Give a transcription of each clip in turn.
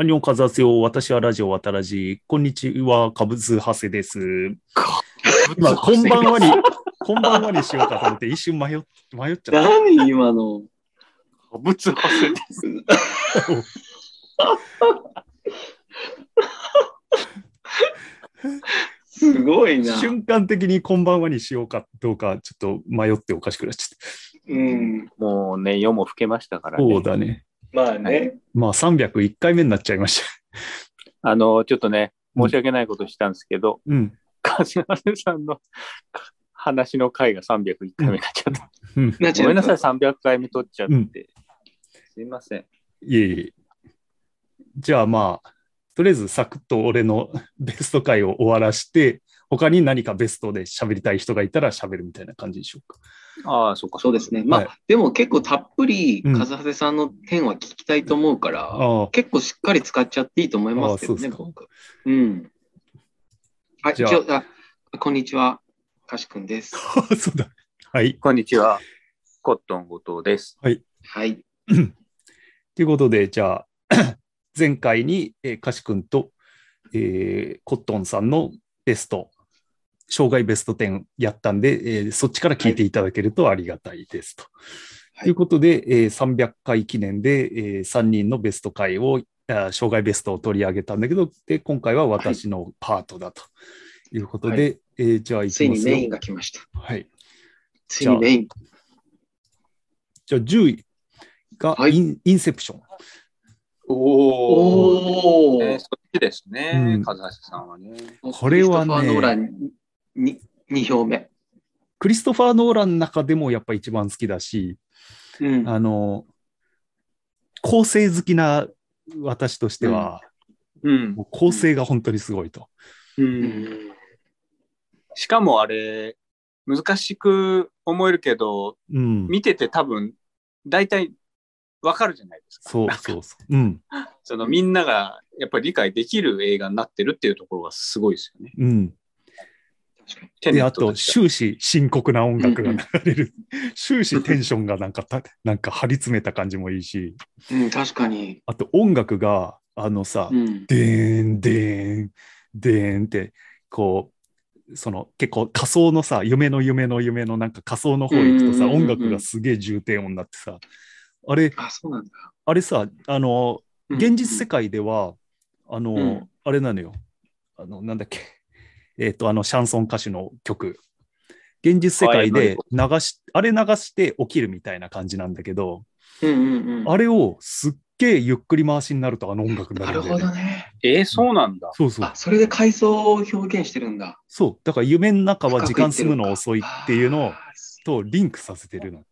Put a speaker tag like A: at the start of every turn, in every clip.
A: アンニョンカズアセヨ、私はラジオ渡らじ、こんにちは、カブズハセです。 今、こんばんはに、こんばんはにしようかと思って、一瞬迷っ迷っちゃっ
B: 何今の。
C: おぶつはせです。
B: すごいな
A: た。。瞬間的にこんばんはにしようかどうか、ちょっと迷っておかしくなっち
B: うん。
C: もうね、夜も更けましたか
A: ゃっ
C: ら
A: た。
C: ね。
A: そうだね。
B: まあね。
A: まあ、301回目になっちゃいました。
C: あの、ちょっとね、申し訳ないことしたんですけど、
A: うん。
C: カズハセさんのか話の回が301回目になっちゃった。
A: うん。
B: なっちゃ
C: ごめ
B: う
C: んなさい、300回目取っちゃって。
A: うん
C: すいません。
A: いえいえ。じゃあまあ、とりあえずサクッと俺のベスト回を終わらして、他に何かベストで喋りたい人がいたら喋るみたいな感じでしょうか。
C: ああ、そっか、。
B: そうですすね。まあ、
A: はい
B: でも結構たっぷり、
A: うん
B: カズハセさんの点は聞きたいと思うから、
A: ああ、
B: 結構しっかり使っちゃっていいと思いますけど
A: あ
B: ね、
A: あそうで
B: 僕。うん。はい、
A: じ
B: じ
A: ゃ
B: ゃ
A: あ
B: あこんにちは。かしくんです。
A: そうだ。はい。
C: こんにちは。コットン後藤です。
B: はい。
A: ということで、じゃあ、 前回に、えー、かしくんと、えーコットンさんのベスト、障害ベスト10やったんで、えーそっちから聞いていただけるとありがたいですと。
B: はい
A: ということで、えー300回記念で、え3人のベスト回を、あー障害ベストを取り上げたんだけど、で今回は私のパートだということで、
B: は
A: えーじゃあい
B: つ
A: き
B: い
A: ま
B: に
A: すよ
B: メインが来ました。
A: はい。
B: ついにメイン。
A: じゃあ10位がイン,、
B: はい
A: インセプション。
C: おお、
B: おお、
C: ねそっちです
A: う
C: ね
A: ん、
C: カズハセさんはね。
A: これはね
B: クリストファーノーランにに2票目。
A: クリストファー・ノーランの中でもやっぱ一番好きだし、
B: うん。
A: あの、構成好きな私としては、
C: うん
A: もう構成が本当にすごいと。
C: う
B: うんん
C: しかもあれ、難しく思えるけど、
A: うん。
C: 見てて多分、大体わかるじゃないですか。
A: そうそうそう。うん。
C: そのみんながやっぱり理解できる映画になってるっていうところがすごいですよね。
A: うん。
B: 確かに
C: テ
A: で、
C: ネッ
A: あ
C: ト
A: と、
C: し
A: 終始深刻な音楽が
B: うん
A: 流れる。 終始テンションがなんかた、なんか張り詰めた感じもいいし、
B: うん、確かに。
A: あと音楽が、あのさ、
B: うん。
A: でーん、でーん、でーんって、こう、その結構仮想のさ、夢の夢の夢のなんか仮想の方行くとさ、
B: うんうんうんう
A: 音
B: ん
A: 楽がすげえ重低音になってさ、あれ、
B: あ、そうなんだ。
A: あれさ、あの、現実世
B: 界。
A: 界では、あの、
B: うん
A: あれなのよ。あの、なんだっけ。えっ、と、あの、シャンソン歌手の曲。現実世界で流し、あれ流して起きるみたいな感じなんだけど、
B: うんうんうん。
A: あれをすっげえゆっくり回しになるとあの音楽にな
B: な
A: る
B: る
A: んだよ
B: ほ
A: ね。
B: どね。
C: えーそうなんだ。
A: そうそう
B: あ、。それで階層を表現してるんだ。
A: そう。だから夢の中は時間
B: す
A: 進むの遅いっていうのを、とリンクさせてるの。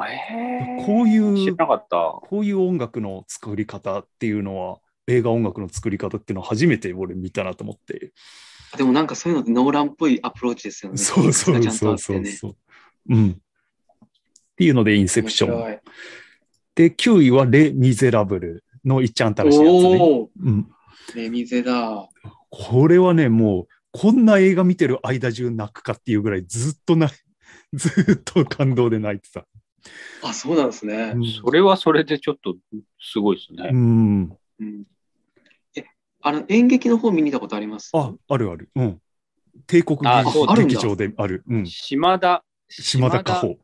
C: えー
A: こういう
C: 知らなかった。
A: こういう音楽の作り方っていうのは、映画音楽の作り方っていうのは初めて俺見たなと思って。
B: でもなんかそういうのってノーランっぽいアプローチですよね。
A: そうそうそうそうそう。うん。っていうので、インセプション。
B: ン。
A: で、9位はレ・ミゼラブルのいっちゃんたらしいやつね。
B: おお、
A: うん。
B: レミゼだ。
A: これはね、もう、こんな映画見てる間中泣くかっていうぐらいずっと泣い、 ずっと感動で泣いてた。
B: あ、そうなんですね
A: う。ん
C: それはそれでちょっとすごいですね。
A: うん。
B: うんえ、あの演劇の方見に行ったことあります。
A: あ、あるある。うん。帝国
C: あそう
B: だ
A: 劇場である。うん。
C: 島田、
A: 島田加穂。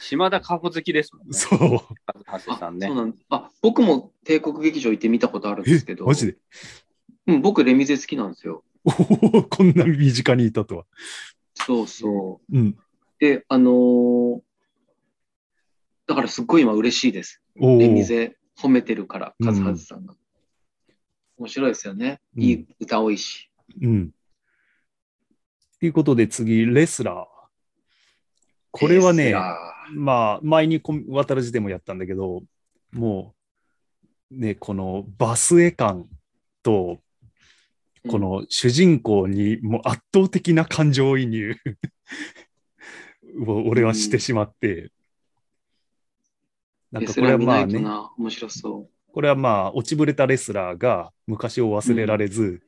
C: 島田加穂好きですもんね。
A: そう。
C: カズハセ
B: あ
C: さんね
B: そう。なんあ、僕も帝国劇場行って見たことあるんですけ
A: え、
B: ど。
A: マジで
B: うん、僕レミゼ好きなんですよ。
A: おおこんな身近にいたとは。
B: そうそ
A: う
B: う。
A: ん。
B: で、あのーだからすっごい今嬉しいです。
A: おお
B: レミゼ褒めてるから、
A: うん
B: カズハズさんが。面白いですよね。
A: うん
B: いい歌多いし。
A: うん。ということで次、レスラー。これは
B: テ
A: ね
B: ス、ラ
A: まあ、前にこ渡る時でもやったんだけど、もう、ね、このバスエ感と、
B: うん
A: この主人公にもう圧倒的な感情移入を俺はしてしまって、な
B: ー
A: ん
B: レ
A: か
B: ス
A: これは
B: ラー見
A: まあ
B: ないと
A: ね、
B: な、面白そ
A: これはまあ、落ちぶれたレスラーが昔を忘れられず、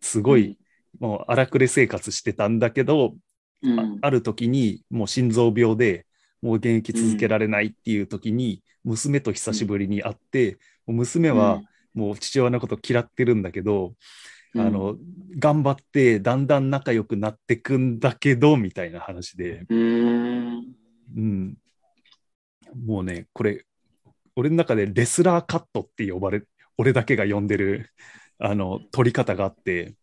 A: す
B: う。
A: ごい、もう荒くれ生活してたんだけど、
B: うん。
A: あ
B: うん。
A: ある時にもう心臓病でもう現役続けられないっていう時に娘と久しぶりに会って、もう娘はもう父親のこと嫌ってるんだけど、あの、頑張って、だんだん仲良くなってくんだけど、みたいな話で、
B: うん、うん。
A: うん。もうね、これ、俺の中でレスラーカットって呼ばれ、俺だけが呼んでる、あの、撮り方があ って、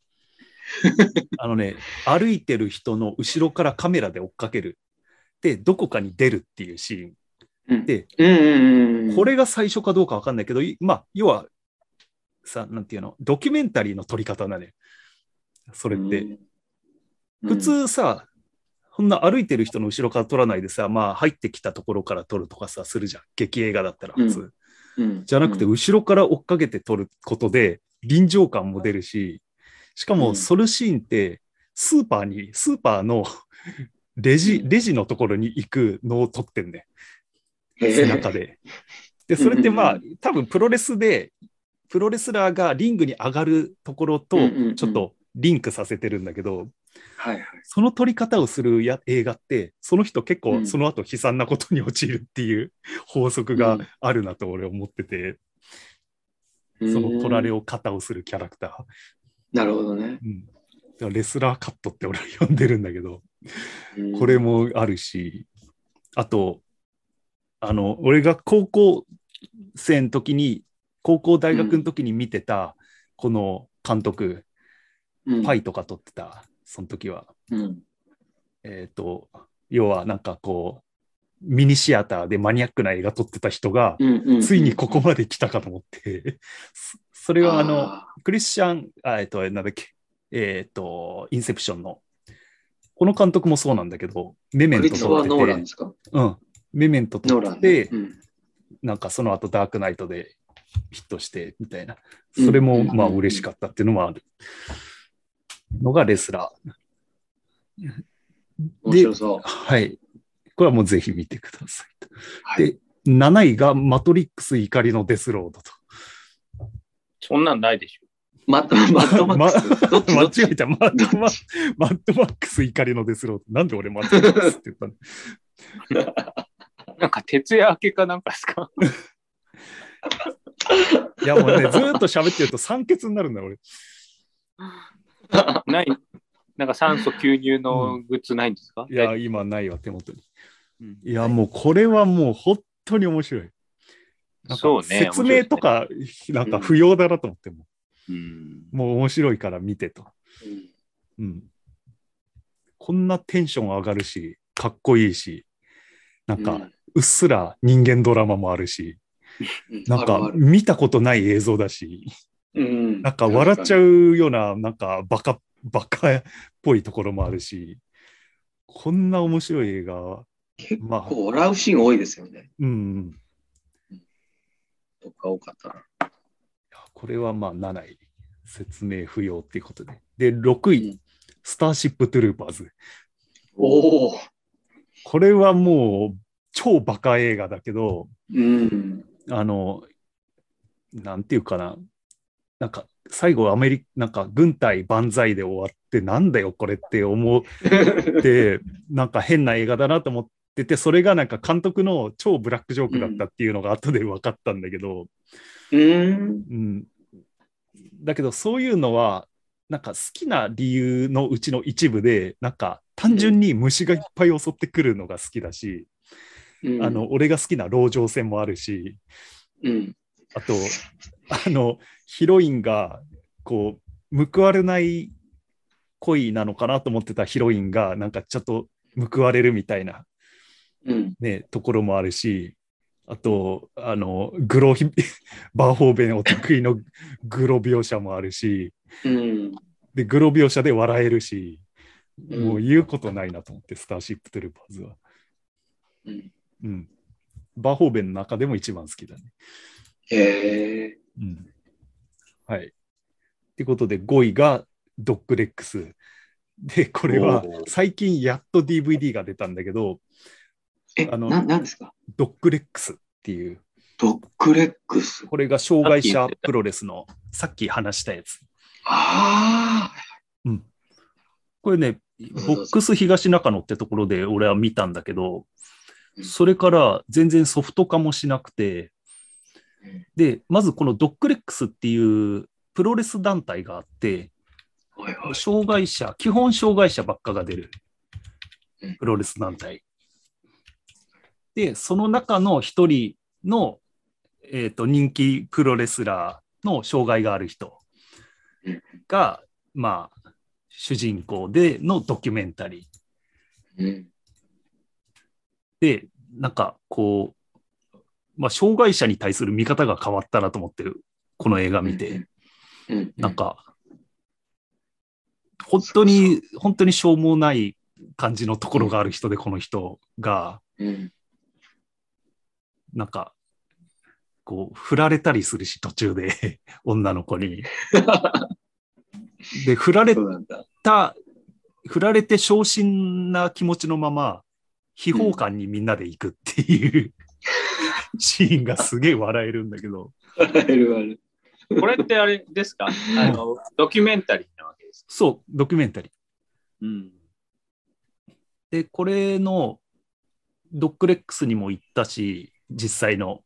A: あのね、歩いてる人の後ろからカメラで追っかける。で、どこかに出るっていうシーン。
B: うん
A: で、
B: うんうんうん。
A: これが最初かどうかわかんないけど、いまあ、要は、さ、なんていうの、ドキュメンタリーの撮り方だね。それって。
B: うん、
A: 普通さ、そんな歩いてる人の後ろから撮らないでさ、まあ入ってきたところから撮るとかさ、するじゃん。劇映画だったら普通。
B: うん、
A: じゃなくて、
B: うん
A: 後ろから追っかけて撮ることで、臨場感も出るし、しか
B: う
A: も、
B: ん
A: ソルシーンって、スーパーに、スーパーの レジ、
B: うん
A: レジのところに行くのを撮ってんね。
B: へえ
A: 背中で。で、それってま
B: う
A: あ
B: ん、
A: 多分プロレスで、プロレスラーがリングに上がるところと
B: うんうんうん、
A: ちょっとリンクさせてるんだけど、
B: はいはい。
A: その撮り方をするや映画って、その人結
B: う
A: 構
B: ん
A: その後悲惨なことに陥るっていう 法則があるなと俺思ってて、その撮られ
B: を。
A: を肩をするキャラクタ
B: なるほどね。
A: ー。うんだからレスラーカットって俺は呼んでるんだけど、
B: うん
A: これ。もあるし、あと、あの、俺が高校生の時に、高校大学の時に見てた、この監督、
B: うん
A: パイとか撮ってた、その時は。
B: うん。
A: えっ、と、要はなんかこう、ミニシアターでマニアックな映画撮ってた人が、
B: うんうんうん
A: ついにここまで来たかと思っ て、そそれはあの、
B: あ
A: クリスチャン、あえっ、と、なんだっけ、えっ、と、インセプションの、この監督もそうなんだけど、メメ
B: ー、
A: ン
B: クリ
A: ト
B: スはノー
A: 撮って
B: ランで
A: て、
B: すか
A: うん、メメント撮
B: ノーラ
A: っ
B: ン。
A: て、
B: うん
A: なんかその後ダークナイトでヒットしてみたいな、
B: うん
A: それも
B: うん
A: まあ嬉しかったっていうのもあるのがレスラー。
B: 面白そう。
A: はい。これはもうぜひ見てくださいと。
B: はい
A: で7位がマトリックス怒りのデスロードと。
C: そんなんないでしょ。
B: マット、マットマックス。どっち
A: 間
B: どっち
A: 違えた。マッドマ
B: どっ
A: ッマッドマックス怒りのデスロード。なんで俺マッドマックスって言ったの
C: なんか徹夜明けかなんかですか
A: いやもうね、ずーっと喋ってると酸欠になるんだよ俺。
C: ない。なんか酸素吸入のグッズないんですか、
A: いや、今ないわ、手元に。
C: うん
A: いや、もうこれはもう本当に面白い。なんか
C: そうね。
A: 説明とか、なんか不要だなと思っても、
C: 面
A: もう面白いから見てと。うん。こんなテンション上がるし、かっこいいし、なんか、うっすら人間ドラマもあるし、なん
B: うある
A: か
B: ある
A: 見たことない映像だし、
B: うん
A: なんか笑っちゃ
B: う。
A: うような、なんかバカ、バカっぽいところもあるし、こんな面白い映画は、
B: 結
A: まあ、
B: 構笑うシーン多いですよね。
A: うん。い
B: 僕は多かったな。
A: やこれはまあ7位、説明不要っていうことで。で、6位、
B: うん
A: スターシップトゥルーパーズ。
B: おお。
A: これはもう超バカ映画だけど、
B: うん。
A: あの、なんていうかな、なんか最後アメリなんか軍隊万歳で終わって、なんだよこれって 思って、なんか変な映画だなと思ってて、それがなんか監督の超ブラックジョークだったっていうのが後で分かったんだけど、
B: うん。
A: うん。だけどそういうのは、なんか好きな理由のうちの一部で、なんか単純に虫がいっぱい襲ってくるのが好きだし、
B: うん
A: あ、の、俺が好きな籠城戦もあるし、
B: うん。
A: あと、あの、ヒロインが、こう、報われない恋なのかなと思ってたヒロインが、なんかちょっと報われるみたいな、
B: うん。
A: ね、ところもあるし、あと、あの、グロひ、 バーホーベンお得意のグロ描写もあるし、
B: うん。
A: で、グロ描写で笑えるし、
B: うん
A: もう言うことないなと思って、スターシップトゥルーパーズは。
B: うん
A: うん。バーホーベンの中でも一番好きだね。
B: へえ。
A: うんはい。ってことで5位がドッグレックス。で、これは
C: おー
A: 最近やっと DVD が出たんだけど、
B: え、
A: あの
B: ななんですか
A: ドッグレックスっていう、
B: ドッグレックス。
A: これが障害者プロレスのさっき話したやつ。
B: ああ。
A: これね、ボックス東中野ってところで俺は見たんだけど、それから全然ソフト化もしなくて、
B: うん
A: で、まずこのドックレックスっていうプロレス団体があって、
B: はいはい。
A: 障害者、基本障害者ばっかが出る
B: うん
A: プロレス団体。で、その中の一人の、えー、と人気プロレスラーの障害がある人
B: うん
A: が、まあ、主人公でのドキュメンタリー。
B: うん。
A: で、なんかこう、まあ、障害者に対する見方が変わったなと思ってる、この映画見て。
B: うん。うん。
A: なんか、本当に、本当にしょうもない感じのところがある人で、この人が、
B: うん。
A: なんか、こう、振られたりするし、途中で、 女の子 に。で、振られ
B: そうなんだ。
A: た、振られて昇進な気持ちのまま、秘宝館にみんなで行くっていう、シーンがすげえ笑えるんだけど、
B: 笑える笑える。
C: これってあれですかあの、ドキュメンタリーなわけです。
A: そう、ドキュメンタリー。
C: うん。
A: で、これのドックレックスにも行ったし、実際の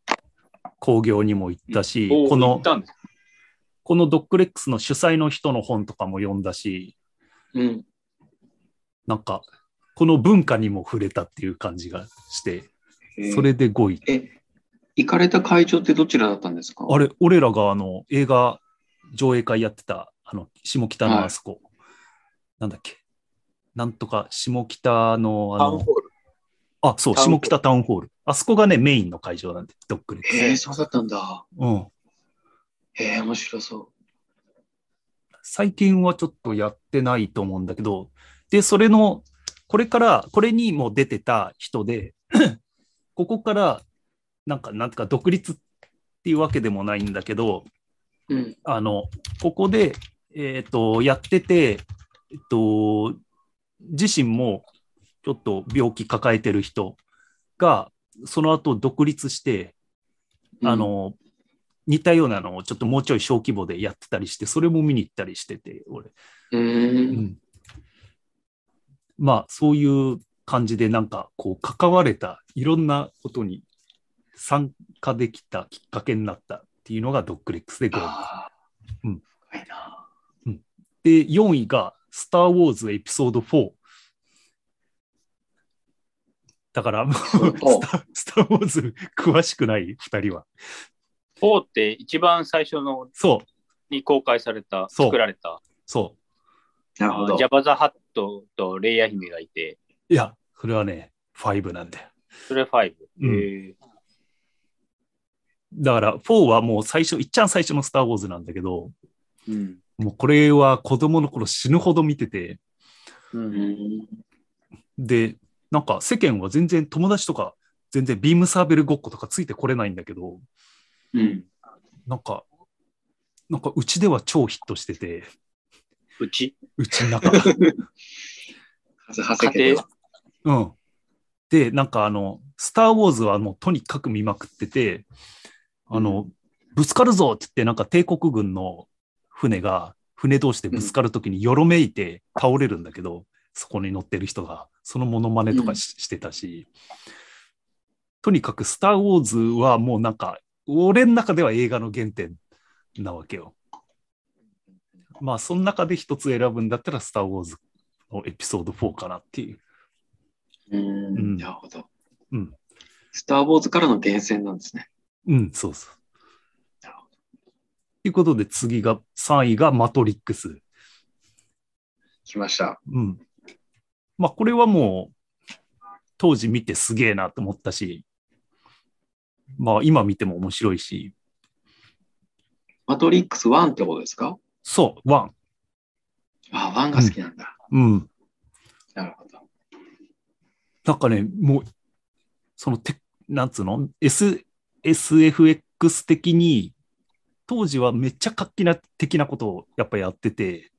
A: 興行にも行ったし、こ
C: 行
A: の
C: っ、たんです
A: このドックレックスの主催の人の本とかも読んだし、
B: うん。
A: なんか、この文化にも触れたっていう感じがして、
B: えー
A: それで5位。
B: え、行かれた会場ってどちらだったんですか
A: あれ、俺らがあの映画上映会やってた、あの、下北のあそこ、なんだっけ、なんとか下北の、
C: タ
A: あ
C: ウン
A: の、
C: ホール。
A: あ、そう、
C: タウンホー
A: 下
C: ル
A: 北タウンホール。あそこがね、メインの会場なんで、ドックレックス。
B: えー、そうだったんだ。
A: うん。
B: えー、面白そ
A: 最近はちょっとやってないと思うんだけど、で、それの、これから、これにも出てた人で、 ここから、なんか、なんとか独立っていうわけでもないんだけど、
B: う。うん。
A: あの、ここで、えっ、と、やってて、えっと、自身もちょっと病気抱えてる人が、その後独立して、
B: うん
A: あ、の、似たようなのをちょっともうちょい小規模でやってたりして、それも見に行ったりしてて、俺。
B: うーん。
A: まあ、そういう感じで、なんか、こう、関われた、いろんなことに参加できたきっかけになったっていうのがドッグレックスで5位。
B: あ
A: う
B: ー
A: ん
B: 深いな。
A: で、4位が、スター・ウォーズエピソード4。だから、もう
B: そう
A: スタースター・ウォーズ詳しくない2人は。
C: 4って一番最初の
A: そう、
C: に公開された、
A: そう
C: 作られた。
A: そ
B: なるほど。
C: ジャバザ・ハットとレイヤ姫がいて、
A: う。いや、それはね、5なんだよ。
C: それ5。
A: うん
C: へえ
A: だから、4はもう最初、いっちゃん最初のスター・ウォーズなんだけど、
C: うん。
A: もうこれは子供の頃死ぬほど見てて、
C: う
B: うんん
A: で、なんか世間は全然友達とか、全然ビームサーベルごっことかついてこれないんだけど、
B: うん。
A: なんか、なんかうちでは超ヒットしてて、
C: うち
A: うちの中。
B: 数はせ
C: 家
B: けど
C: 庭。
A: うん。で、なんかあの、スター・ウォーズはもうとにかく見まくってて、あの、ぶつかるぞって言って、なんか帝国軍の船が、船同士でぶつかるときによろめいて倒れるんだけど、そこに乗ってる人が、そのモノマネとかし,、してたし、とにかくスター・ウォーズはもうなんか、俺の中では映画の原点なわけよ。まあ、その中で一つ選ぶんだったら、スター・ウォーズのエピソード4かなっていう。
B: う
A: うん
B: ん。なるほど。
A: うん。
B: スター・ウォーズからの厳選なんですね。
A: うん、そうそう。
B: なるほ
A: ということで、次が、3位がマトリックス。
B: 来ました。
A: うん。まあ、これはもう、当時見てすげえなと思ったし、まあ、今見ても面白いし、
B: マトリックス1ってことですか
A: そう、ワン。
B: あ、1が好きなんだ。
A: うん。
B: なるほど。
A: なんかね、もう、そのて、なんつうの、S、SFX 的に、当時はめっちゃ画期な的なことをやっぱやってて、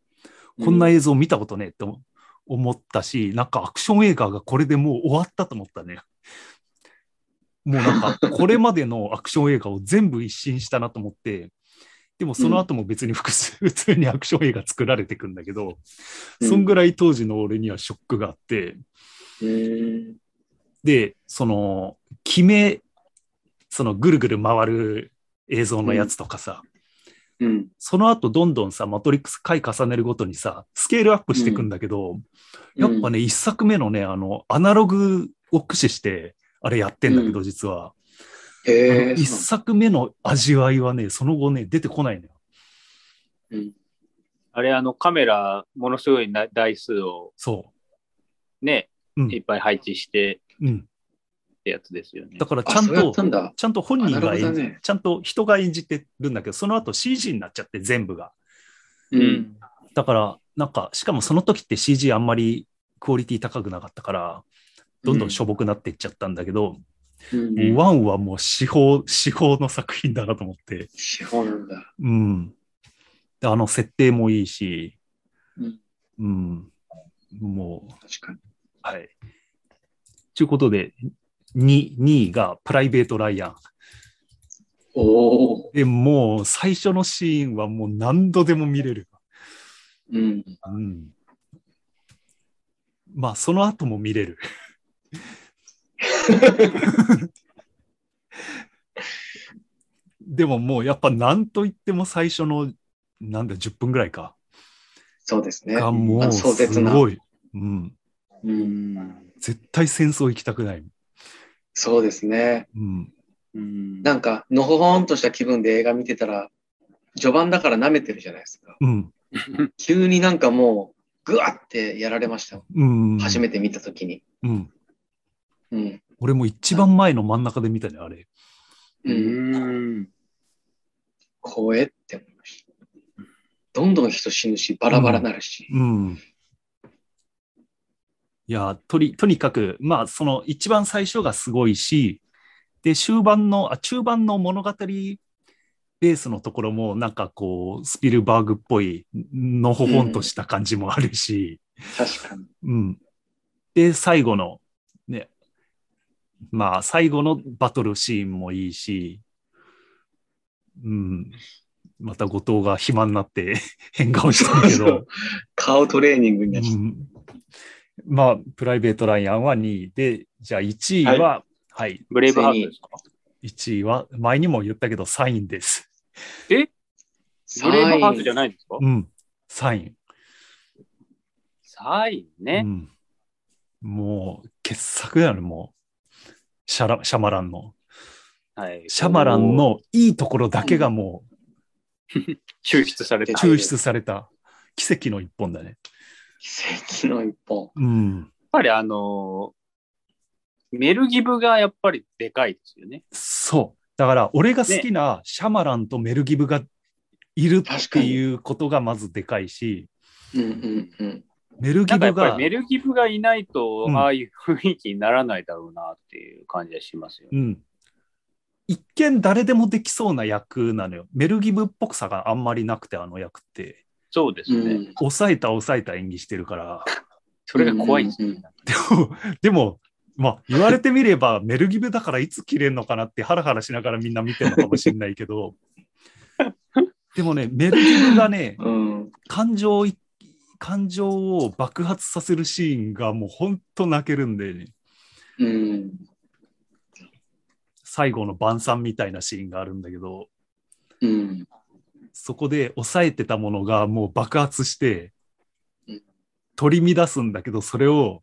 A: こんな
B: う
A: 映像見たことねえって思思ったし、なんかアクション映画がこれでもう終わったと思ったね。もうなんか、これまでのアクション映画を全部一新したなと思って、でもその後も別に複数、 普通にアクション映画作られてくんだけど、
B: うん
A: そんぐらい当時の俺にはショックがあって、
B: ーん。
A: で、その、決め、そのぐるぐる回る映像のやつとかさ、
B: うん。
A: その後どんどんさ、マトリックス回重ねるごとにさ、スケールアップしていくんだけど、やっぱね、一作目のね、あの、アナログを駆使して、あれやってんだけど、実は。
B: うん。
A: あ
B: へ
A: の
B: え。
A: 一作目の味わいはね、その後ね、出てこないのよ。
B: うん。
C: あれ、あの、カメラ、ものすごいな台数を
A: そ
C: ね、
A: うん
C: いっぱい配置して
A: う。うん。
C: ってやつですよね
A: だ。からちゃ
B: あ、
A: ん
B: そうやっ
A: と
B: た、んだ。
A: ちゃんと本人が演じ
B: アナログだね
A: ちゃんと人が演じてるんだけど、その後 CG になっちゃって、全部が。
B: う。
C: うんん。
A: だから、なんか、しかもその時って CG あんまりクオリティ高くなかったから、どんどんしょぼくなっていっちゃったんだけど、
B: うん。
C: ん
A: ワンはもう至宝、至宝の作品だなと思って。
B: 資本なんだ。
A: うん。であの設定もいいし、
B: うん。
A: うん。もう、
B: 確かに。
A: はい。ということで、2, 2位がプライベート・ライアン。
B: おお。
A: でもう最初のシーンはもう何度でも見れる。
B: うん。
A: うん。まあ、その後も見れる。でももうやっぱ何と言っても最初のなんだ10分ぐらいか
B: そうですね。
A: がも
B: あ
A: う
B: 壮絶
A: す
B: な。
A: ごい、うん、
B: うん。
A: 絶対戦争行きたくない、
B: そうですね。
A: うん、
C: うん
B: なんか、のほほんとした気分で映画見てたら、序盤だから舐めてるじゃないですか。
A: うん、
B: 急になんかもう、ぐわってやられました。
A: うん、
B: 初めて見たときに。
A: うん、
B: うん。
A: 俺も一番前の真ん中で見たね、あれ。
C: う
B: うん。
C: ん。
B: 怖えって思いました。どんどん人死ぬし、バラバラなるし。
A: うん。いや、とり、とにかく、まあ、その一番最初がすごいし、で、終盤の、あ、中盤の物語ベースのところも、なんかこう、スピルバーグっぽい、のほほんとした感じもあるし、
B: 確かに。
A: うん。で、最後の、ね、まあ、最後のバトルシーンもいいし、うん。また後藤が暇になって 変顔してるけ
B: そ
A: ど
B: う、 顔トレーニングになっちゃった
A: うんまあ、プライベートライアンは2位で、じゃあ1位は、はい、
C: ブレイブハートですか
A: 1位は、前にも言ったけど、サインです。
C: ブレイブハートじゃないんですか
A: うん、サイン。
C: サインね
A: う。ん、もう、傑作やね、もう。シャラシャマランの。
C: はい。
A: シャマランのいいところだけがも
C: 抽出され
A: う
C: た。
A: 抽出された奇跡の一本だね。
B: 奇跡の一本。
A: うん。
C: やっぱりあのーメルギブがやっぱりでかいですよね。
A: そう。だから、俺が好きなシャマランとメルギブがいるっ
B: 確
A: て
B: かに
A: いうことがまずでかいし、
B: うんうんうん。
A: メルギ
C: なんかや
A: ブ
C: っぱ
A: が
C: りメルギブがいないと
A: う、ん
C: ああいう雰囲気にならないだろうなっていう感じがしますよ
A: う
C: ね。
A: ん。一見誰でもできそうな役なのよ。メルギブっぽくさがあんまりなくて、あの役って。
C: そうです
B: う
C: ね。
B: ん、
A: 抑えた抑えた演技してるから。
C: それが怖いんですよ、
B: うんう
A: で
B: ん
A: も、でもまあ、言われてみれば、メルギブだからいつ切れんのかなってハラハラしながらみんな見てるのかもしれないけど。でもね、メルギブがね、
B: うん、
A: 感情をい、感情を爆発させるシーンがもうほんと泣けるんだよね。
B: うん、
A: 最後の晩餐みたいなシーンがあるんだけど。
B: うん、
A: そこで抑えてたものがもう爆発して
B: うん、
A: 取り乱すんだけど、それを、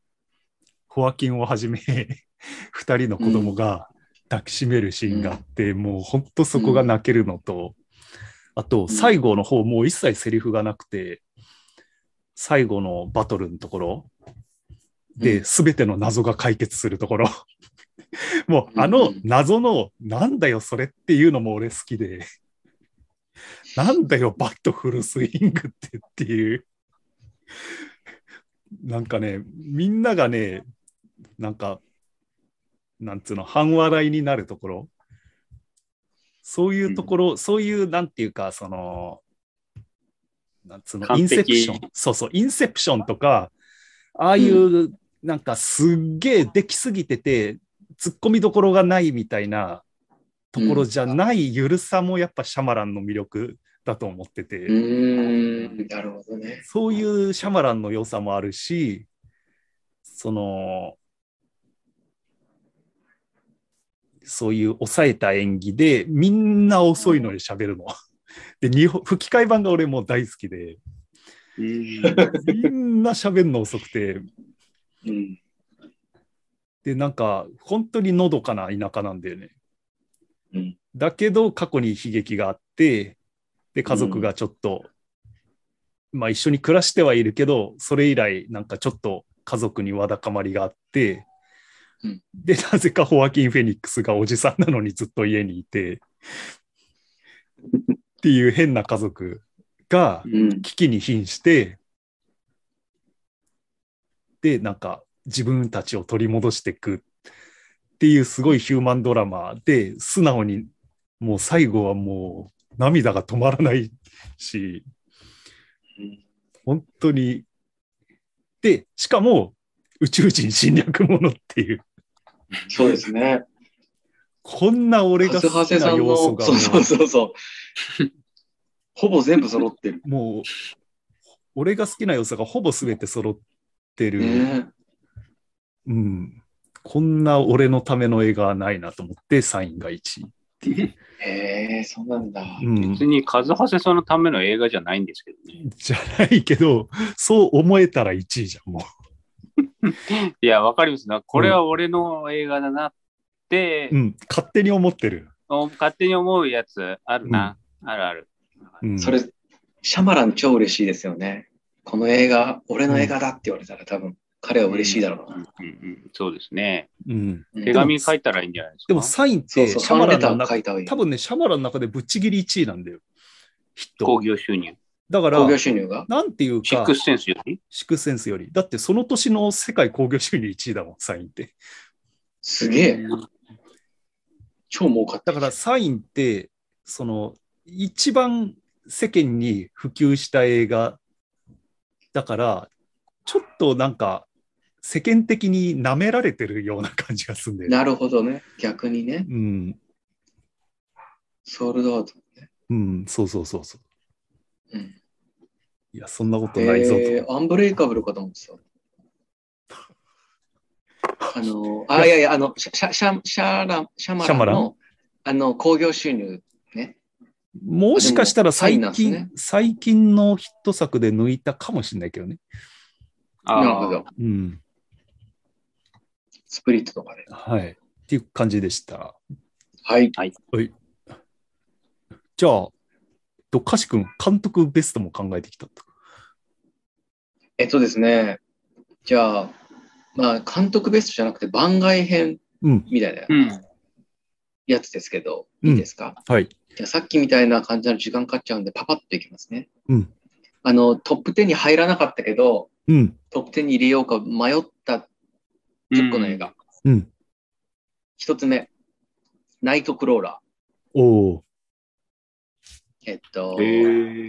A: ホアキンをはじめ、 二人の子供が抱きしめるシーンがあって、もう本当そこが泣けるのと、あと、最後の方、もう一切セリフがなくて、最後のバトルのところで、
B: うん
A: 全ての謎が解決するところ。もう、あの謎の、なんだよ、それっていうのも俺好きで。なんだよ、バットフルスイングってっていう。なんかね、みんながね、なんか、なんつうの、半笑いになるところ。そういうところ、そういう、なんていうか、その、なんつうの、
C: 完
A: イン
C: 璧
A: セプション。そうそう、インセプションとか、ああいう、なんかすっげえできすぎてて、突っ込みどころがないみたいなところじゃないゆるさもやっぱシャマランの魅力だと思ってて、
B: うん、なるほどね。
A: そういうシャマランの良さもあるし、その、そういう抑えた演技で、みんな遅いのに喋るの。 で、日本、吹き替え版が俺もう大好きで、みんな喋るの遅くて、
B: うん。
A: で、なんか、本当にのどかな田舎なんだよね。
B: うん
A: だけど、過去に悲劇があって、で、家族がちょっと、まあ一緒に暮らしてはいるけど、それ以来、なんかちょっと家族にわだかまりがあって、
B: うん
A: で、なぜかホワキン・フェニックスがおじさんなのにずっと家にいて、っていう変な家族が、
B: うん。
A: 危機に瀕して、で、なんか自分たちを取り戻していくっていうすごいヒューマンドラマで、素直にもう最後はもう涙が止まらないし、
B: うん
A: 本当に。で、しかも宇宙人侵略者っていう、
B: そうですね。
A: こんな俺が
B: 長
A: 好
B: 谷
A: き
B: さ
A: なん要素
B: の、
A: が
B: そうそうそうそう。 ほぼ全部揃ってる。
A: もう、もう俺が好きな要素がほぼ全て揃ってる。
B: ね
A: うん、こんな俺のための映画はないなと思って、サインが1。
B: ええ、そうなんだ。
A: うん
C: 別、に、カズハセさんのための映画じゃないんですけどね。
A: じゃないけど、そう思えたら1位じゃん、も
C: いや、わかりますな。これは俺の映画だなって
A: う。う、ん、勝手に思ってる。
C: 勝手に思うやつあるな。あるある。
A: うん、
B: それ、シャマラン超嬉しいですよね。この映画、俺の映画だって言われたら多分、彼は嬉しいだろう
C: う
B: な。
C: んうんうんそうですね。
A: うん。
B: うん
C: 手紙書いたらいいんじゃないですか。
A: でも、サインっ
B: そう
A: て、
B: そう、
A: シ
B: フ
A: ャ
B: ァ
A: マ
B: ン
A: ラ
B: レ
A: ン
B: タ
A: の
B: ー書
A: 中、
B: いた方がいい。
A: 多分ね、シャマランの中でぶっちぎり1位なんだよ。きっ
C: 興
A: と。
C: 行収入。
A: だから
B: 興、行収入が
A: なんていう
C: シッ
A: か
C: ク、スセンスより
A: シックスセンスより。だって、その年の世界興行収入1位だもん、サインって。
B: すげえ。超儲かった。
A: だからサインって、その、一番世間に普及した映画だから、ちょっとなんか、世間的に舐められてるような感じがするんだよね。
B: なるほどね。逆にね。
A: うん、
B: ソールドアウト。
A: うん、そうそうそうそう。
B: うん。
A: いや、そんなことないぞと。
B: えー、アンブレイカブルかと思ってた。あの、あ、いやいや、あの、シャシャシャシャランシャマ
A: シャマ
B: ラン
A: ラ
B: の、あの、興行収入。
A: もしかしたら最
B: でもサイン
A: 近、
B: なんで
A: 最近のヒット作で抜いたかもしれないけどね。
C: あ
B: な
C: ー
B: るほど。
A: うん。
B: スプリットとかで。
A: はい。っていう感じでした。
B: はい。
A: じゃあ、とかしくん、監督ベストも考えてきたと。
B: えっとですね。じゃあ、まあ、監督ベストじゃなくて番外編
A: うん。
B: みたいな
C: うん。
B: やつですけど、
A: うん
B: いいですか、
A: はい。
B: じゃあさっきみたいな感じなの時間かかっちゃうんで、パパッといきますね。
A: うん
B: あの、トップ10に入らなかったけど、
A: うん。
B: トップ10に入れようか迷った10個の映画。
A: うん。
B: 一つ目、ナイトクローラ
A: おお。
B: ー。えっと、
C: へ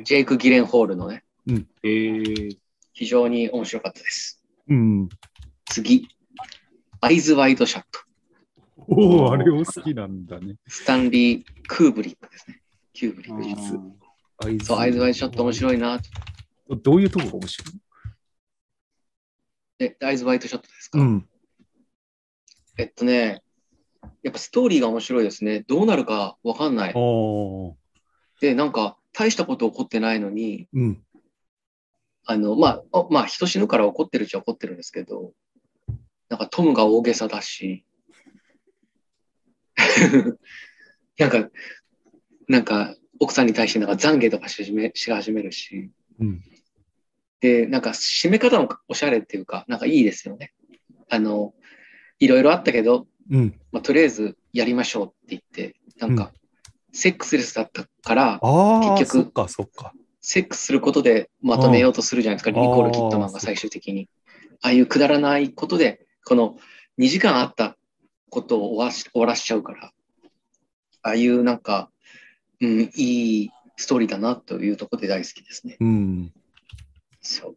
C: ー
B: ジェイク・ギレンホールのね、
C: へー
B: 非常に面白かったです。
A: うん。
B: 次、アイズ・ワイド・シャット。
A: おお、あれを好きなんだね。
B: スタンリー・クーブリックですね。キューブリ
C: う
B: ックです。
C: ん
A: アイズ
B: そう、アイズ・ワイド・シャット面
A: い。
B: 白いなと。
A: どういうとこが面白い
B: で、アイズ・ワイド・シャットですか、
A: ん。
B: えっとね、やっぱストーリーが面白いですね。どうなるかわかんない
A: お。お。
B: で、なんか、大したこと起こってないのに、
A: うん。
B: あの、まあ、あまあ、人死ぬから怒ってるっちゃ怒ってるんですけど、なんかトムが大げさだし、 なんか、なんか、奥さんに対してなんか懺悔とかし始めし始めるし、
A: うん。
B: で、なんか締め方もおしゃれっていうか、なんかいいですよね。あの、いろいろあったけど、
A: うん。
B: まあ、とりあえずやりましょうって言って、なんか、セックスレスだったから、
A: ああ、
B: 結
A: そ
B: 局
A: っかそっか。
B: セックスすることでまとめようとするじゃないですか、
A: うん
B: ニコール・キットマンが最終的に。ああいうくだらないことで、この2時間あったことを終わし終わらしちゃうから、ああいうなんか、うん、いいストーリーだなというところで大好きですね。
A: うん。
B: そう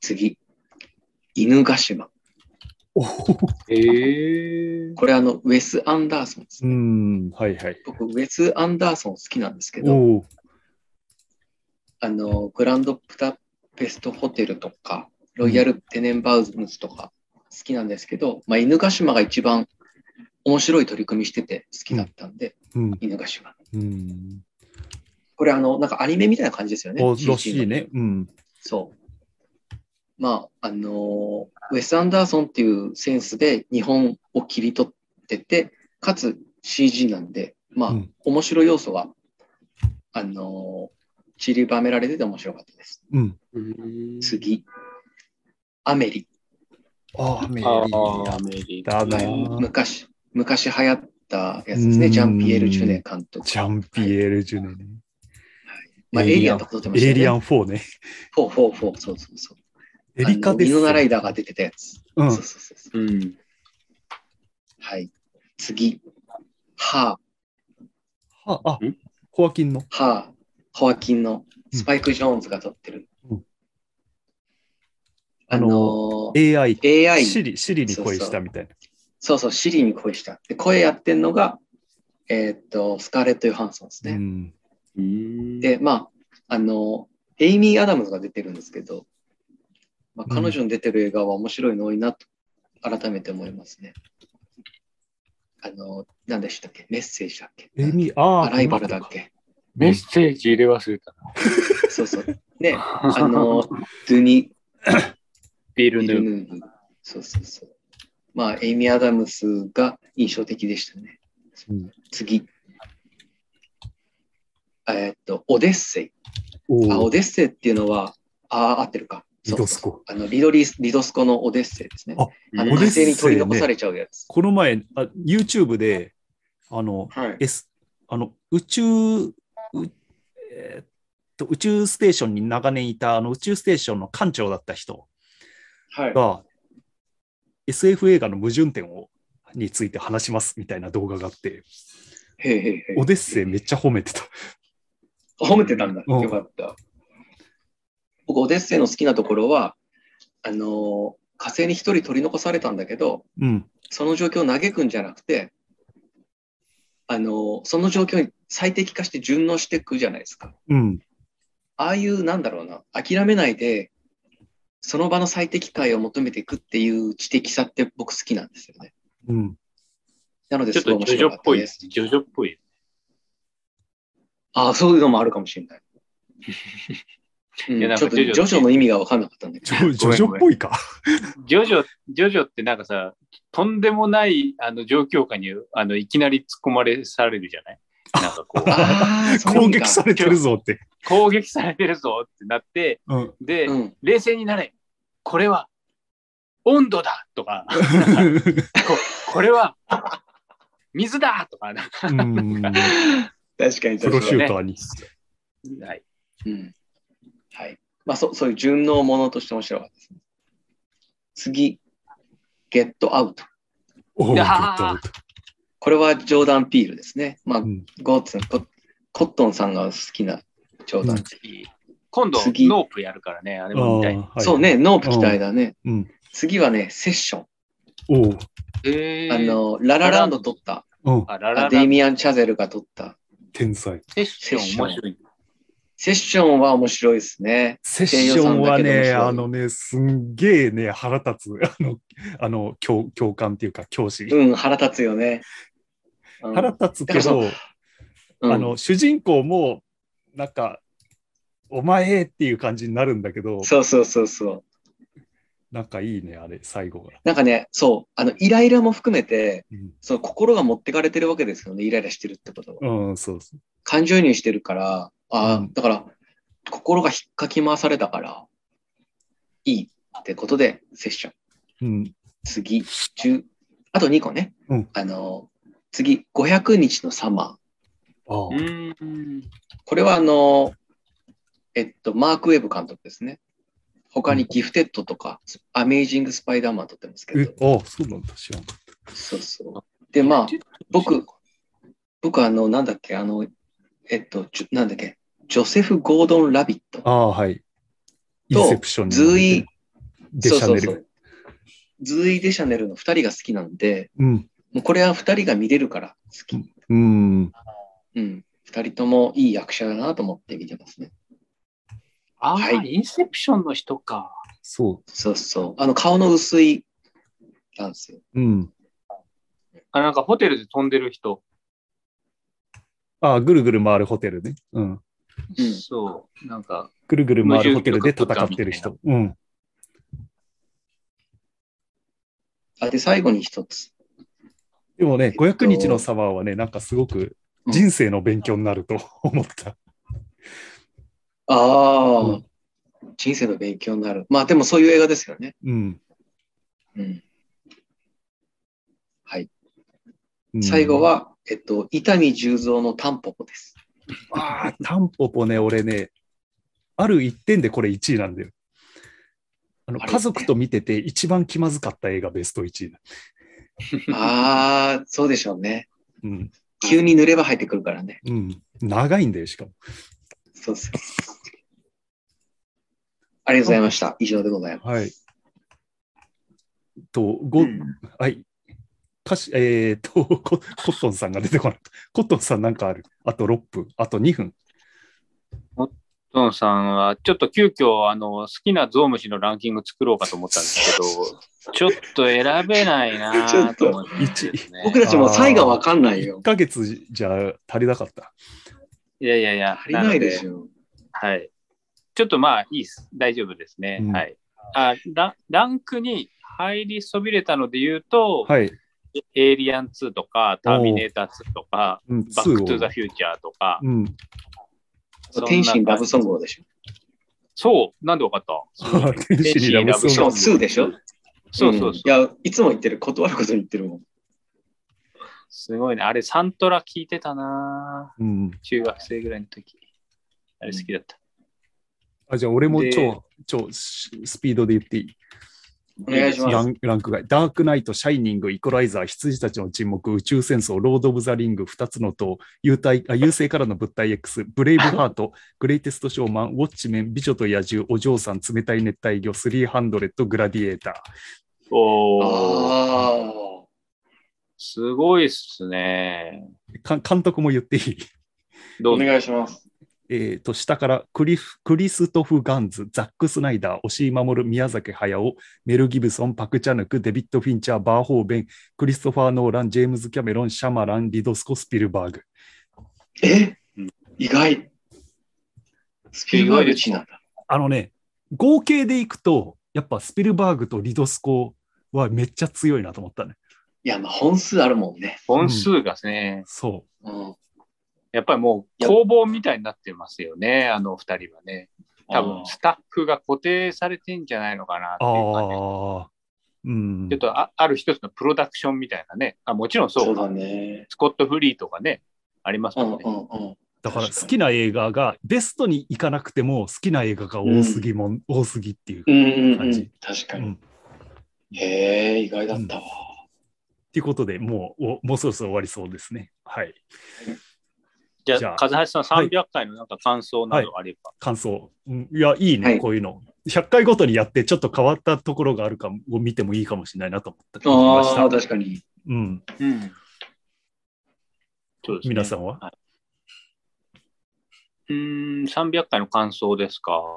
B: 次、犬ヶ島。
A: おお。
C: へー
B: これあの、ウェス・アンダーソンです
A: う
B: ね。
A: ん。はいはい。
B: 僕、ウェス・アンダーソン好きなんですけ
A: お
B: ど、
A: お。
B: あの、グランドプタペストホテルとか、ロイヤルテネンバウズムズとか好きなんですけど、まあ、犬ヶ島が一番面白い取り組みしてて好きだったんで、
A: うん。
B: 犬ヶ島。
A: うん。
B: これあの、なんかアニメみたいな感じですよね。
A: お
B: CG
A: らしいね。うん。
B: そう。まあ、あのーウェス・アンダーソンっていうセンスで日本を切り取ってて、かつ CG なんで、まあ、
A: うん
B: 面白い要素は、あのー散りばめられてて面白かったです。
A: うん。
C: うん
B: 次。アメリ。
A: ああ、メリ
C: あ
A: ー
C: ーアメリカ。
A: だな
B: は
A: ー。
B: い、昔、昔流行ったやつですね。ジャンピエール・ジュネ監督。
A: ジャンピエール・ジュネね。
B: まあ、エイリアンとか撮ってました
A: エ
B: よ
A: イ
B: ね。
A: リアン4ね。
B: フォーフォーフォー。そうそうそう。
A: エリカです。
B: あのミノナライダーが出てたやつ。
A: うん
B: そう。そうそうそう。
C: うん。
B: はい。次。ハ
A: あ、あ
C: ん、
A: ホアキンの。
B: ー、ハー、ホアキンのスパイク・ジョーンズが撮ってる。
A: うん
B: あのー
A: AI。
B: AI、
A: シリ、シリに恋したみたいな。
B: そうそう、シリに恋した。で声やってんのが、えーっと、スカーレット・ヨハンソンです
A: う
B: ね。
A: ん。
C: うん
B: で、まあ、あのーエイミー・アダムズが出てるんですけど、まあ、彼女に出てる映画は面白いの多いなと、改めて思いますね。あのー、何でしたっけメッセージだっけ
A: エミ、あ
B: ア
A: あ。
B: ライバルだっけ
C: メッセージ入れ忘れた。
B: そうそう。 ね、あの、ドゥニ・
C: ビ
B: ビ
C: ルヌ
B: ル
C: ーブ。
B: ヌーブ。そうそうそう。まあ、エイミー・アダムスが印象的でしたね。
A: うん
B: 次。えーっと、オデッセイ。
A: お
B: あ、オ
A: ー
B: デッセイっていうのは、あー、合ってるか。
A: リドスコ。
B: あのリドリリドスコのオデッセイですね。
A: あ
B: あ
A: オ
B: の
A: デ
B: 火
A: ッセイ
B: 星
A: ね
B: に取り残されちゃうやつ。
A: この前、あ YouTube で、あの、
B: はい。
A: S、あの、宇宙、うえーっと、宇宙ステーションに長年いた、あの、宇宙ステーションの艦長だった人
B: はい。
A: が、SF 映画の矛盾点を、について話しますみたいな動画があって、
B: へいへいへい
A: オデッセイめっちゃ褒めてた。
B: 褒めてたんだ。
A: うん
B: よかった。僕、オデッセイの好きなところは、あのー火星に一人取り残されたんだけど、
A: うん。
B: その状況を嘆くんじゃなくて、あのーその状況に最適化して順応していくじゃないですか。
A: うん。
B: ああいう、なんだろうな、諦めないで、その場の最適解を求めていくっていう知的さって僕好きなんですよね。
A: うん。
B: なので、
C: ちょ
B: す
C: っ
B: ごい
C: と
B: 面
C: ジョジョ
B: 白か
C: っ
B: った
C: ぽい
B: で。
C: ですす。ジョジョっぽい。
B: ああ、そういうのもあるかもしれない。うん
C: いやなん
B: ち
C: か
B: ょっとジョジョの意味が分かんなかったんだけ
A: ジ
B: ど。
A: ョジョジョっぽいか。
C: ジョジョ、ジョジョってなんかさ、とんでもないあの状況下にあのいきなり突っ込まれされるじゃないなんか こう、
B: ああ、そういう
A: 攻
B: 意味か
A: 撃されてるぞって。
C: 攻撃されてるぞってなって、
A: うん。
C: で、
B: うん、
C: 冷静になれ。これは温度だとか、ここれは水だとか、なんか
A: うん
B: 確かに
A: プ
B: 確
A: ロ
B: か
A: シューターに。
C: はい、
B: に。うんはい。まあそ、そういう順応ものとして面白かったですね。次、ゲットアウト。
A: おお、
C: い
A: グ
C: や
A: ッドアウト
B: これはジョーダン・ピールですね。まあ、
A: うん
B: ゴーツンコ、コットンさんが好きなジョーダン。
C: 今度、
B: 次
C: ノープやるからね、あれも見たい。
A: あー
B: そう。ね、ノープ期待だね。
A: はいうん。
B: 次はね、セッション。
A: おお。
C: え
B: あの、ララランド撮った。
A: うん。
C: あラララ
B: あデイミアン・チャゼルが撮った。
A: 天才。
C: セッション面白い。
B: セッションは面白いですね。
A: セッションは
B: 低予算だけ
A: ね、
B: ど面白い
A: あのね、すんげえね、腹立つ、 あの、あの教教官っていうか、教師。
B: うん、腹立つよね。うん
A: 腹立つけ
B: だから
A: ど、
B: うん
A: あの、主人公も、なんか、お前っていう感じになるんだけど、
B: そうそうそうそう。
A: なんかいいね、あれ、最後が。
B: なんかね、そう、あの、イライラも含めて、
A: うん
B: その心が持ってかれてるわけですよね、イライラしてるってことは。
A: うん、そうそう。
B: 感情移入してるから、ああ、
A: うん
B: だから、心が引っかき回されたから、いいってことで、セッション。
A: うん。
B: 次、10、あと2個ね。
A: うん
B: あの、次、500日のサマー。
A: ああ
C: うーん。
B: これはあの、えっと、マーク・ウェブ監督ですね。他にギフテッドとか、アメイジング・スパイダーマン撮ってますけ
A: え
B: ど。、
A: ああ、そうなんだ、知らんかっ
B: そうそう。で、まあ、僕、僕、あの、なんだっけ、あの、えっと、ジョなんだっけ、ジョセフ・ゴードン・ラビッ
A: た。
B: ト、
A: ああ、はい。インセプションに
B: ズーイ、
A: デシ
B: そう
A: ャ
B: そう
A: ネ
B: そ
A: ル。
B: う、ズーイ・デシャネルの2人が好きなんで、
A: うん。
B: もうこれは2人が見れるから好き。
A: うん。
B: うん。2人ともいい役者だなと思って見てますね。
C: あ、
B: は
C: あ、インセプションの人か。
A: そ
B: そうそう。あの、顔の薄い、なんですよ。
A: う。うん。
C: あ、なんかホテルで飛んでる人。
A: ああ、ぐるぐる回るホテルね。うん。
B: うん
C: そう。なんか、
A: ぐるぐる回るホテルで戦ってる人。うん。
B: あ、で、最後に一つ。
A: でもね、
B: えっと
A: 500日のサワーはね、なんかすごく人生の勉強になると 思った。
B: ああ、
A: うん
B: 人生の勉強になる。まあでもそういう映画ですよね。
A: うん。
B: うん。はい。
A: うん
B: 最後。は、えっと、伊丹十三のタンポ ポです。
A: ああ、タンポポね、俺ね、ある一点でこれ1位なんだよ。あの
B: あれ
A: 家族と見てて一番気まずかった映画ベスト1位だ。
B: ああ、そうでしょうね。
A: うん。
B: 急に濡れば入ってくるからね。
A: うん。長いんだよ、しかも。
B: そうです。ありがとうございました。以上でございます。
A: はい。と、ご、
B: うん
A: はい。歌詞、えー、っと コ、コットンさんが出てこなかった。コットンさんなんかある。あと6分、あと2分。
C: トンさんは、ちょっと急遽、あの、好きなゾウムシのランキング作ろうかと思ったんです けど、ちょっと選べないな
B: ちょっ
C: ぁと
B: と
C: 思ってですね、
B: 僕たちも差異がわかんないよ
A: 1。ヶ月じゃ足りなかった。
C: いやいやいや、
B: 足りないで
C: なの
B: しょ。
C: はい。ちょっとまあ、いいです。大丈夫ですね。
A: うん
C: はい。あラ、ランクに入りそびれたので言うと、
A: はい。
C: エイリアン2とか、ターミネーター2とか、
A: うん、
C: バックト
A: 2
C: ゥ
A: を
C: ザフューチャーとか、
A: うん。
C: そんな感
B: 天
C: じ
B: 心ラブソングをでし
C: そう、なんでわかった
A: 天使にラブソ
B: ょ。
A: ン
B: し
A: グ
B: かも2でしょ。
C: そうそうそう。
B: んいや、いつも言ってる、断ること言ってるもん。
C: すごいね。あれ、サントラ聞いてたなぁ
A: うん。
C: 中学生ぐらいの時。あれ好きだった。
A: あ、じゃあ俺も
C: で
A: 超、超しスピードで言っていい
B: お願いしま
A: ラ
B: す。
A: ンランク外。ダークナイト、シャイニング、イコライザー、羊たちの沈黙、宇宙戦争、ロード・オブ・ザ・リング、2つの塔、幽体あ優勢からの物体 X、ブレイブ・ハート、 グレイテスト・ショーマン、ウォッチメン、美女と野獣、お嬢さん、冷たい熱帯魚、300、グラディエータ
C: おー、
B: ああ。
C: すごいっすね。
A: ー。か監督も言っていい。
C: ど
B: お
C: うぞ。
B: 願いします。
A: えー、と下からクリフクリストフ・ガンズ、ザック・スナイダー、押井守、宮崎駿、メル・ギブソン、パク・チャヌク、デビッド・フィンチャー、バーホーベン、クリストファー・ノーラン、ジェームズ・キャメロン、シャマラン、リド・スコ・スピルバーグ。
B: え
C: うん
B: 意外。スピルバーグ1位なんだ。
A: あのね、合計でいくと、やっぱスピルバーグとリド・スコはめっちゃ強いなと思ったね。
B: いや、まあ本数あるもんね。
C: 本数がね、
A: そ
B: うん。
C: やっぱりもう工房みたいになってますよね、あの二人はね。多
B: あー
C: 分スタッフが固定されてんじゃないのかなって
A: う。
C: いう
A: あ
C: 感じ。
A: あ。うん
C: ちょっ。とあある一つのプロダクションみたいなね。あもちろんそう。
B: そうだね。
C: スコット・フリーとかね、あります
B: う
C: も
B: んうんん
C: ね。
B: うん。
A: だから好きな映画がベストに行かなくても好きな映画が多すぎもん、多すぎっていう。
B: うんうんう
A: 感じ
B: ん。確か
A: う
B: に。
A: ん
B: へえ、意外だったわ。
A: っていうことでもうお、もうそろそろ終わりそうですね。はい。
C: じ
A: じ
C: ゃ
A: ゃ
C: あ、
A: あ
C: 風橋さん、300回のなんか感想などあれば。
A: 感想。うんいや、いいね、
B: はい
A: こういうの。100回ごとにやって、ちょっと変わったところがあるかを見てもいいかもしれないなと思った。思いまし
B: あ
A: た
B: あ、確かに。
A: うん。
C: うん。そうですね
A: 皆さんは
C: うーん、300回の感想ですか。